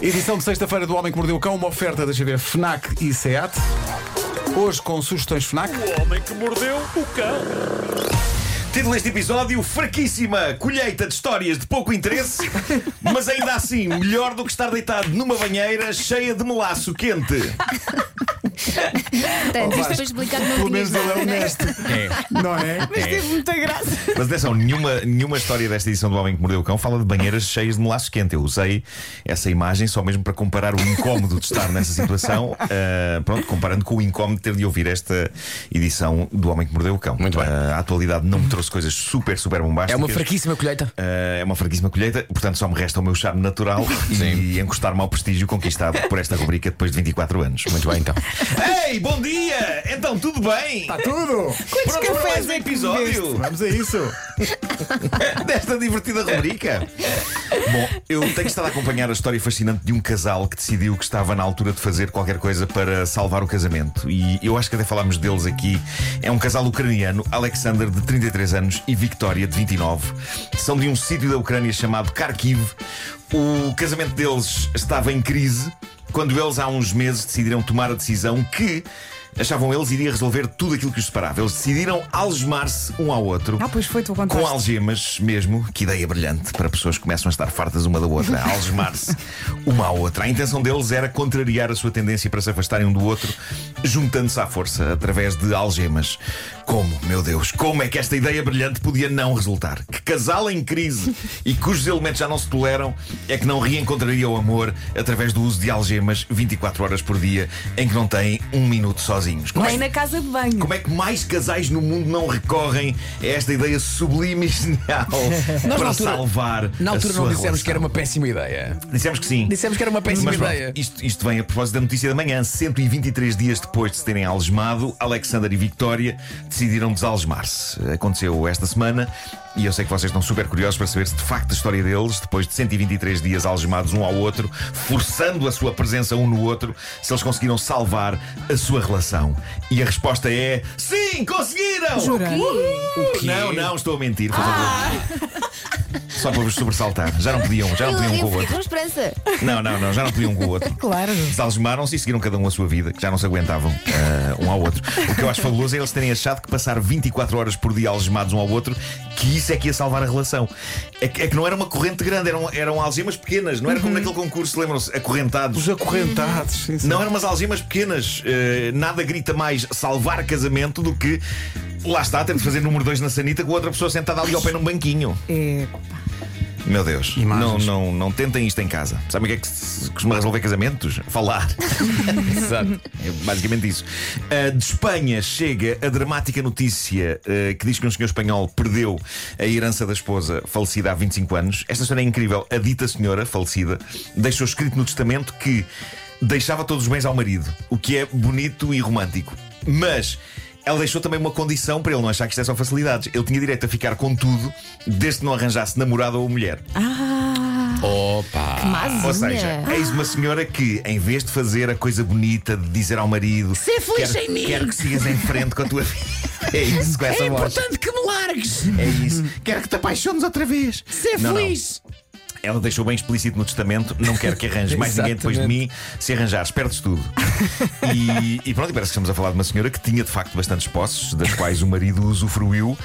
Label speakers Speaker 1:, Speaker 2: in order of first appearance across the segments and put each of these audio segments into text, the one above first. Speaker 1: Edição de sexta-feira do Homem que Mordeu o Cão, uma oferta da GV FNAC e SEAT. Hoje com sugestões FNAC.
Speaker 2: O homem que mordeu o cão.
Speaker 3: Título deste episódio: Fraquíssima colheita de histórias de pouco interesse, mas ainda assim melhor do que estar deitado numa banheira cheia de melaço quente.
Speaker 1: Oh,
Speaker 4: Portanto,
Speaker 1: Vasco,
Speaker 4: isto foi explicado não
Speaker 1: Pelo
Speaker 4: tinhas
Speaker 1: menos ele é
Speaker 4: nada, não é?
Speaker 1: honesto, não é?
Speaker 4: Teve muita graça.
Speaker 3: Mas atenção, nenhuma, nenhuma história desta edição do Homem que Mordeu o Cão fala de banheiras cheias de melaço quente. Eu usei essa imagem só mesmo para comparar o incómodo de estar nessa situação, ah, pronto, comparando com o incómodo de ter de ouvir esta edição do Homem que Mordeu o Cão.
Speaker 5: Muito bem.
Speaker 3: Ah, a atualidade não me trouxe coisas super, super
Speaker 5: É
Speaker 3: bombásticas.
Speaker 5: uma fraquíssima colheita.
Speaker 3: Uh, é uma fraquíssima colheita, portanto só me resta o meu charme natural e encostar-me ao prestígio conquistado por esta rubrica depois de 24 anos. Muito bem.
Speaker 5: então.
Speaker 3: Ei, bom dia! Então, tudo bem?
Speaker 1: Está tudo!
Speaker 3: Pronto para mais um
Speaker 1: é
Speaker 3: episódio
Speaker 1: Vamos a isso!
Speaker 3: desta divertida rubrica. Bom, eu tenho estado a acompanhar a história fascinante de um casal que decidiu que estava na altura de fazer qualquer coisa para salvar o casamento. E eu acho que até falámos deles aqui. É um casal ucraniano, Alexander, de 33 anos, e Victoria, de 29. São de um sítio da Ucrânia chamado Kharkiv. O casamento deles estava em crise quando eles, há uns meses, decidiram tomar a decisão que. Achavam eles iria resolver tudo aquilo que os separava. Eles decidiram algemar-se um ao outro.
Speaker 6: Ah, pois foi, tu
Speaker 3: Com
Speaker 6: contaste.
Speaker 3: algemas mesmo, que ideia brilhante para pessoas que começam a estar fartas uma da outra, a algemar-se uma à outra. A intenção deles era contrariar a sua tendência para se afastarem um do outro, juntando-se à força através de algemas. Como, meu Deus, como é que esta ideia brilhante podia não resultar? Que casal em crise e cujos elementos já não se toleram é que não reencontraria o amor através do uso de algemas 24 horas por dia, em que não têm um minuto sozinhos. Como é
Speaker 6: Nem na casa de banho.
Speaker 3: como é que mais casais no mundo não recorrem a esta ideia sublime e genial
Speaker 5: na
Speaker 3: para
Speaker 5: altura-
Speaker 3: salvar
Speaker 5: Na
Speaker 3: a
Speaker 5: altura
Speaker 3: sua
Speaker 5: não dissemos
Speaker 3: relação?
Speaker 5: que era uma péssima ideia.
Speaker 3: Dissemos que sim.
Speaker 5: Dissemos que era uma péssima
Speaker 3: Mas pronto,
Speaker 5: ideia.
Speaker 3: isto, isto vem a propósito da notícia da manhã. 123 dias depois de se terem algemado, Alexander e Victoria decidiram desalgemar-se. Aconteceu esta semana e eu sei que vocês estão super curiosos para saber se de facto a história deles, depois de 123 dias algemados um ao outro, forçando a sua presença um no outro, se eles conseguiram salvar a sua relação. E a resposta é: sim, conseguiram! Uh,
Speaker 6: Jura?
Speaker 3: Não, não, estou a mentir. por
Speaker 5: Ah.
Speaker 3: favor. Só para vos sobressaltar. Já não podiam, já não
Speaker 4: Eu,
Speaker 3: podiam um com
Speaker 4: eu
Speaker 3: o
Speaker 4: fiquei
Speaker 3: outro.
Speaker 4: com esperança.
Speaker 3: Não, não, não, já não podiam um com o outro.
Speaker 6: Claro.
Speaker 3: Desalgemaram-se e seguiram cada um a sua vida, que já não se aguentavam ah, um ao outro. O que eu acho fabuloso é eles terem achado que passar 24 horas por dia algemados um ao outro, que isso é que ia salvar a relação. É que, é que não era uma corrente grande, eram, eram algemas pequenas, não era como naquele concurso, lembram-se, acorrentados.
Speaker 1: Os acorrentados. sim, sim.
Speaker 3: Não eram umas algemas pequenas. Eh, nada grita mais salvar casamento do que. Lá está, ter de fazer número 2 na sanita com outra pessoa sentada ali ao pé num banquinho.
Speaker 6: É,
Speaker 3: Meu Deus. Não,
Speaker 1: Imagens.
Speaker 3: não, não tentem isto em casa. Sabem o que é que se costuma resolver casamentos? Falar.
Speaker 5: Exato.
Speaker 3: É basicamente isso. Ah, de Espanha chega a dramática notícia ah, que diz que um senhor espanhol perdeu a herança da esposa falecida há 25 anos. Esta história é incrível. A dita senhora falecida deixou escrito no testamento que deixava todos os bens ao marido, o que é bonito e romântico. Mas. Ela deixou também uma condição para ele não achar que isto é só facilidades. Ele tinha direito a ficar com tudo, desde que não arranjasse namorada ou mulher. Ah.
Speaker 5: Opa!
Speaker 4: Mazinha.
Speaker 3: Ou seja, eis uma senhora que, em vez de fazer a coisa bonita de dizer ao marido
Speaker 4: Ser
Speaker 3: quero,
Speaker 4: feliz sem mim."
Speaker 3: quero que sigas em frente com a tua vida. É isso, com essa voz.
Speaker 5: que me largues!
Speaker 3: É isso. Quero que te apaixones outra vez.
Speaker 5: Ser
Speaker 3: Não, não.
Speaker 5: feliz!
Speaker 3: Ela deixou bem explícito no testamento: não quero que arranjes mais ninguém depois de mim. Se arranjares, perdes tudo. E, e pronto, e parece que estamos a falar de uma senhora que tinha de facto bastantes posses, das quais o marido usufruiu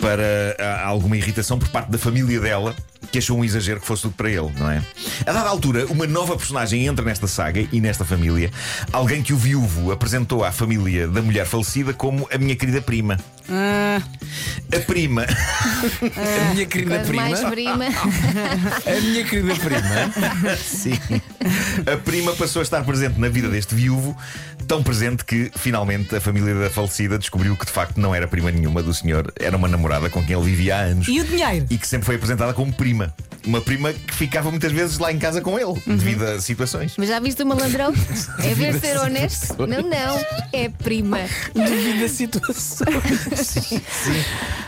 Speaker 3: para ah, alguma irritação por parte da família dela, que achou um exagero que fosse tudo para ele, não é? A dada altura, uma nova personagem entra nesta saga e nesta família. Alguém que o viúvo apresentou à família da mulher falecida como a minha querida prima. A prima.
Speaker 5: A minha querida
Speaker 4: Quanto
Speaker 5: prima.
Speaker 4: mais prima.
Speaker 5: A minha querida prima.
Speaker 3: Sim. A prima passou a estar presente na vida deste viúvo, tão presente que finalmente a família da falecida descobriu que de facto não era prima nenhuma do senhor, era uma namorada com quem ele vivia há anos.
Speaker 6: E o dinheiro?
Speaker 3: E que sempre foi apresentada como prima. Uma prima que ficava muitas vezes lá em casa com ele,
Speaker 6: Uhum.
Speaker 3: devido a situações.
Speaker 4: Mas já viste o malandrão? É ver ser honesto? Não, não. É prima.
Speaker 5: Devido à situação.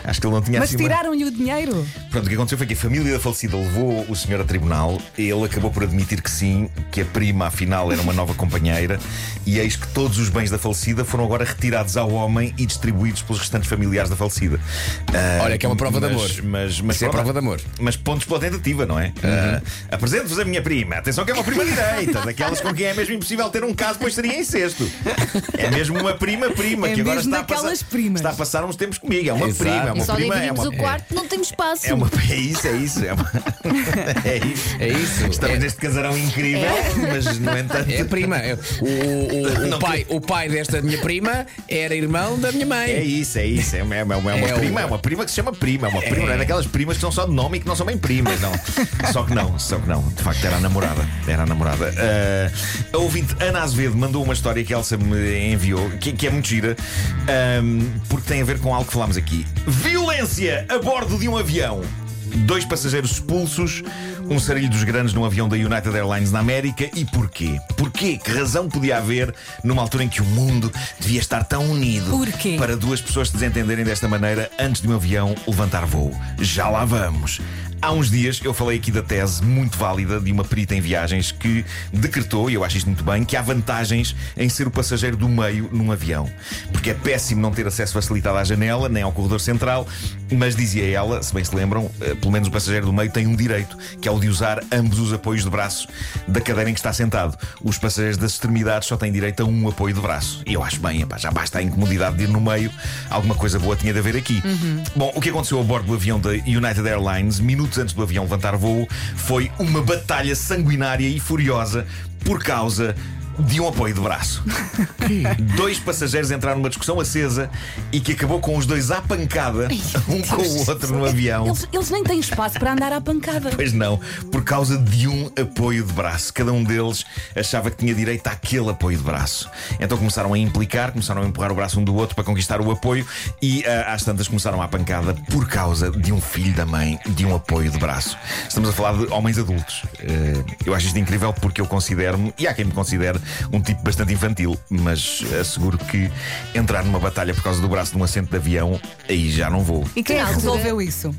Speaker 3: Acho que ele não tinha
Speaker 6: Mas
Speaker 3: assim uma-
Speaker 6: tiraram-lhe o dinheiro.
Speaker 3: Pronto, o que aconteceu foi que a família da falecida levou o senhor a tribunal. Ele acabou por admitir que sim, que a prima afinal era uma nova companheira. E eis que todos os bens da falecida foram agora retirados ao homem e distribuídos pelos restantes familiares da falecida. Ah,
Speaker 5: Olha, que é uma prova de
Speaker 3: mas-
Speaker 5: amor.
Speaker 3: Mas, mas
Speaker 5: Isso é prova de amor. Uhum.
Speaker 3: Mas pontos pela tentativa, não é? Ah, Apresento-vos a minha prima. Atenção que é uma prima direita, daquelas com quem é mesmo impossível ter um caso, pois seria incesto. É mesmo uma prima-prima
Speaker 6: É
Speaker 3: que agora
Speaker 6: mesmo
Speaker 3: está a, passar,
Speaker 6: daquelas primas.
Speaker 3: está a passar uns tempos comigo. É uma
Speaker 5: Exato.
Speaker 3: prima, é
Speaker 4: E
Speaker 3: uma
Speaker 4: só
Speaker 3: prima. É
Speaker 4: dividimos
Speaker 3: uma...
Speaker 4: o quarto, não temos espaço.
Speaker 3: É, uma, é isso, é isso. É, uma- é isso.
Speaker 5: É isso.
Speaker 3: Estamos
Speaker 5: É-
Speaker 3: neste casarão incrível, mas no entanto.
Speaker 5: É a prima. É- O, o- o
Speaker 3: Não,
Speaker 5: pai, o pai desta minha prima era irmão da minha mãe.
Speaker 3: É isso, é isso. É uma, é uma- é uma
Speaker 5: É
Speaker 3: prima,
Speaker 5: uma-
Speaker 3: é uma prima que se chama prima. É uma prima, não é daquelas primas que são só de nome e que não são bem primas, não. só que não, só que não. De facto, era a namorada. Era a namorada. Ah, a ouvinte Ana Azevedo mandou uma história que a Elsa me enviou, que, que é muito gira, ahm, porque tem a ver com algo que falámos aqui: violência a bordo de um avião. Dois passageiros expulsos, um sarilho dos grandes num avião da United Airlines na América e porquê? Porquê? Que razão podia haver numa altura em que o mundo devia estar tão unido
Speaker 6: Porquê?
Speaker 3: para duas pessoas se desentenderem desta maneira antes de um avião levantar voo? Já lá vamos. Há uns dias eu falei aqui da tese muito válida de uma perita em viagens que decretou, e eu acho isto muito bem, que há vantagens em ser o passageiro do meio num avião. Porque é péssimo não ter acesso facilitado à janela, nem ao corredor central, mas dizia ela, se bem se lembram, eh, pelo menos o passageiro do meio tem um direito, que é o de usar ambos os apoios de braço da cadeira em que está sentado. Os passageiros das extremidades só têm direito a um apoio de braço. E eu acho bem, epá, já basta a incomodidade de ir no meio, alguma coisa boa tinha de haver aqui. Bom, o que aconteceu a bordo do avião da United Airlines, minutos antes do avião levantar voo, foi uma batalha sanguinária e furiosa por causa. De um apoio de braço. dois passageiros entraram numa discussão acesa e que acabou com os dois à pancada, um com o outro no avião.
Speaker 6: Eles, eles nem têm espaço para andar à pancada.
Speaker 3: Pois não, por causa de um apoio de braço. Cada um deles achava que tinha direito àquele apoio de braço. Então começaram a implicar, começaram a empurrar o braço um do outro para conquistar o apoio e ah, às tantas começaram à pancada por causa de um filho da mãe de um apoio de braço. Estamos a falar de homens adultos. Eh, eu acho isto incrível porque eu considero-me, e há quem me considere, um tipo bastante infantil, mas asseguro que entrar numa batalha por causa do braço de um assento de avião, aí já não vou
Speaker 6: E quem é que
Speaker 4: Não,
Speaker 6: resolveu isso?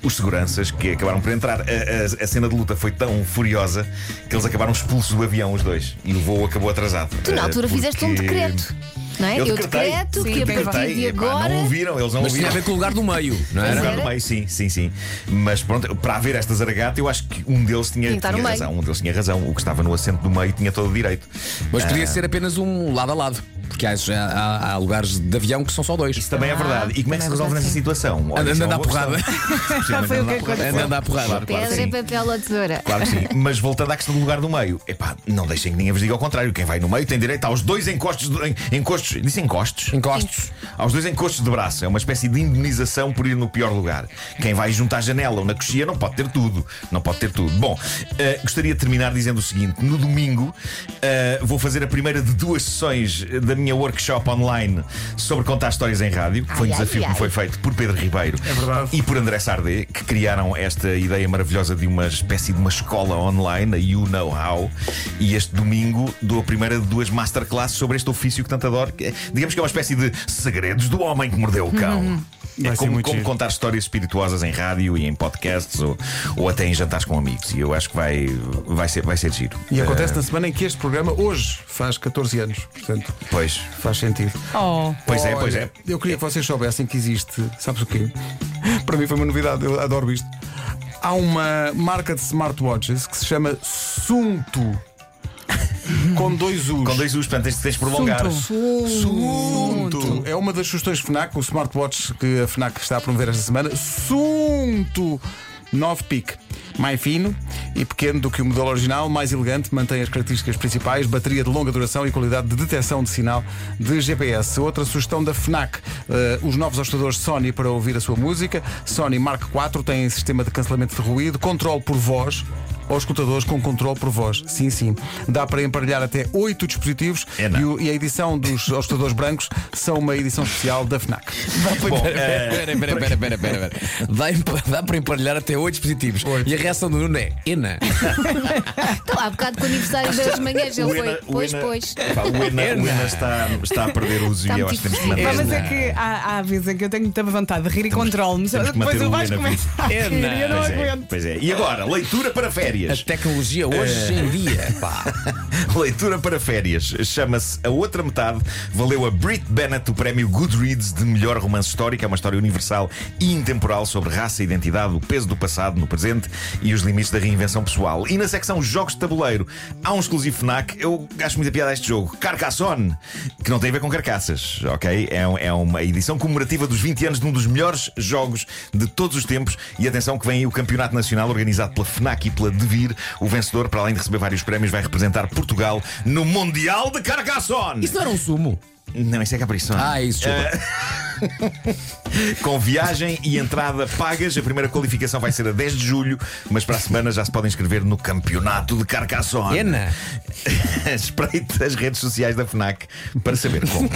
Speaker 3: os seguranças que acabaram por entrar. A, a- a cena de luta foi tão furiosa que eles acabaram expulsos do avião, os dois. E o voo acabou atrasado.
Speaker 4: Tu na
Speaker 3: Eh,
Speaker 4: altura fizeste um
Speaker 3: porque-
Speaker 4: decreto. Não é?
Speaker 3: Eu, decretei,
Speaker 4: decreto que
Speaker 3: eu
Speaker 4: a partir de
Speaker 3: decretei, epá,
Speaker 4: agora.
Speaker 3: Não ouviram, eles não
Speaker 5: Mas tinha
Speaker 3: ouviram.
Speaker 5: a ver com o lugar do meio, não
Speaker 4: Pois
Speaker 5: era?
Speaker 4: é.
Speaker 3: Lugar do meio, sim, sim, sim. Mas pronto, para haver esta zaragata, eu acho que um deles tinha,
Speaker 4: Tinha que estar no
Speaker 3: tinha
Speaker 4: meio.
Speaker 3: razão. Um deles tinha razão. O que estava no assento do meio tinha todo o direito. Ah,
Speaker 5: Mas podia ser apenas um lado a lado. Porque há, há- há lugares de avião que são só dois.
Speaker 3: Isso também é verdade. E como é
Speaker 4: Ah,
Speaker 3: que se resolve nessa situação? Olha,
Speaker 5: Andando
Speaker 3: isso é uma
Speaker 5: à
Speaker 3: boa
Speaker 5: porrada.
Speaker 3: questão. Possivelmente
Speaker 6: Foi o
Speaker 3: andando à porrada.
Speaker 6: que aconteceu.
Speaker 5: Andando à porrada.
Speaker 3: Claro, claro que
Speaker 4: Pedra,
Speaker 3: sim.
Speaker 4: papel ou tesoura.
Speaker 3: Claro que sim, mas voltando à questão do lugar do meio, epá, não deixem que ninguém vos diga ao contrário. Quem vai no meio tem direito aos dois encostos. De, en- encostos disse encostos?
Speaker 5: Encostos.
Speaker 3: Aos dois encostos de braço. É uma espécie de indemnização por ir no pior lugar. Quem vai junto à janela ou na coxia não pode ter tudo. Não pode ter tudo. Bom, eh, gostaria de terminar dizendo o seguinte: no domingo eh, vou fazer a primeira de duas sessões eh, da minha workshop online sobre contar histórias em rádio. que Foi um
Speaker 4: Ai, ai,
Speaker 3: desafio que
Speaker 4: ai.
Speaker 3: me foi feito por Pedro Ribeiro
Speaker 1: É verdade.
Speaker 3: e por André Sardé, que criaram esta ideia maravilhosa de uma espécie de uma escola online, a You Know How. E este domingo dou a primeira de duas masterclasses sobre este ofício que tanto adoro. que é- Digamos que é uma espécie de segredos do homem que mordeu o cão.
Speaker 1: Vai
Speaker 3: É
Speaker 1: ser
Speaker 3: como,
Speaker 1: muito
Speaker 3: como
Speaker 1: giro.
Speaker 3: contar histórias espirituosas em rádio e em podcasts ou, ou até em jantares com amigos. E eu acho que vai, vai, ser, vai ser giro.
Speaker 1: E acontece
Speaker 3: Eh,
Speaker 1: na semana em que este programa hoje faz 14 anos. Portanto,
Speaker 3: pois.
Speaker 1: faz sentido.
Speaker 6: Oh.
Speaker 3: Pois é, pois é.
Speaker 1: Olha, Eu queria que vocês soubessem que existe, sabes o quê? Para mim foi uma novidade, eu adoro isto. Há uma marca de smartwatches que se chama Sunto. Com dois U's.
Speaker 3: Com dois usos, portanto, tens, tens de prolongar.
Speaker 1: Sunto. É uma das sugestões FNAC, o smartwatch que a FNAC está a promover esta semana. Sunto 9 Pic. Mais fino e pequeno do que o modelo original, mais elegante, mantém as características principais, bateria de longa duração e qualidade de detecção de sinal de GPS. Outra sugestão da FNAC, eh, os novos ajustadores Sony para ouvir a sua música. Sony Mark IV tem sistema de cancelamento de ruído, controle por voz. aos escutadores com controle por voz. Sim, sim. Dá para emparelhar até oito dispositivos
Speaker 3: É, não.
Speaker 1: e, o- e a edição dos aos escutadores brancos são uma edição especial da FNAC.
Speaker 3: Bom,
Speaker 5: Pera, pera, pera, pera, pera, pera. Dá, em- dá para emparelhar até 8 dispositivos. E a reação do Nuno é Ena.
Speaker 4: Então, há bocado com o aniversário das manhãs ele
Speaker 3: o Ena-
Speaker 4: foi.
Speaker 3: o
Speaker 4: Pois,
Speaker 3: Ena-
Speaker 4: pois.
Speaker 3: Pá, o
Speaker 6: É,
Speaker 3: Ena, o Ena está, está a perder o uso
Speaker 4: Está
Speaker 3: e eu acho que temos que
Speaker 4: muito
Speaker 3: manter.
Speaker 6: Pá, mas é que há, há vezes em que eu tenho muita vontade de rir e controlo-me. Só-
Speaker 3: temos que
Speaker 6: Depois
Speaker 3: manter
Speaker 6: eu
Speaker 3: o
Speaker 6: vais
Speaker 3: Ena
Speaker 6: começar a rir
Speaker 5: Ena,
Speaker 6: e eu não
Speaker 3: Pois é,
Speaker 6: aguento.
Speaker 3: pois é. E agora, leitura para
Speaker 5: A
Speaker 3: férias.
Speaker 5: tecnologia hoje em dia. Pá.
Speaker 3: Leitura para férias. Chama-se A Outra Metade. Valeu a Brit Bennett o prémio Goodreads de melhor romance histórico. É uma história universal e intemporal sobre raça, identidade, o peso do passado no presente e os limites da reinvenção pessoal. E na secção Jogos de Tabuleiro há um exclusivo Fnac. Eu acho muita piada a este jogo. Carcassonne, que não tem a ver com carcaças, ok? É, um- é uma edição comemorativa dos 20 anos de um dos melhores jogos de todos os tempos. E atenção que vem aí o Campeonato Nacional organizado pela FNAC e pela Devir. O vencedor, para além de receber vários prémios, vai representar Portugal no Mundial de Carcassonne.
Speaker 5: Isso não era um sumo.
Speaker 3: Não, isso é Capricorn.
Speaker 5: Ah, isso. desculpa.
Speaker 3: Com viagem e entrada pagas, a primeira qualificação vai ser a 10 de julho, mas para a semana já se podem inscrever no Campeonato de Carcassonne.
Speaker 5: É. Ena.
Speaker 3: Espreite as redes sociais da FNAC para saber como.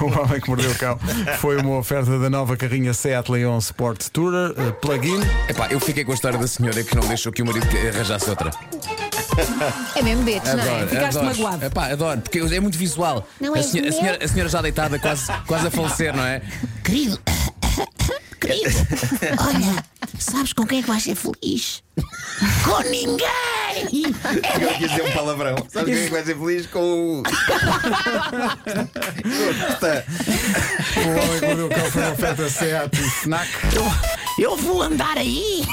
Speaker 1: O Homem que Mordeu o Cão foi uma oferta da nova carrinha Seat Leon Sport Tourer eh, plug-in.
Speaker 5: Epá, eu fiquei com a história da senhora que não deixou que o marido arranjasse outra.
Speaker 4: É mesmo betes, não é?
Speaker 5: Adoro,
Speaker 6: Ficaste
Speaker 5: adoro.
Speaker 6: magoado.
Speaker 5: Epá, adoro, porque é muito visual.
Speaker 4: Não é
Speaker 5: a,
Speaker 4: és
Speaker 5: senhora, a,
Speaker 4: meu?
Speaker 5: senhora, a senhora já deitada, quase, quase a falecer, não é?
Speaker 7: Querido, querido, olha, sabes com quem é que vais ser feliz? Com ninguém!
Speaker 3: Eu quis dizer um palavrão. Sabes quem é que vai ser feliz com o. Gosta.
Speaker 1: O Homem que Mordeu o Cão foi uma oferta Seat e Fnac.
Speaker 7: Eu vou andar aí!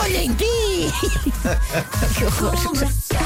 Speaker 7: Olha em ti! Que horror!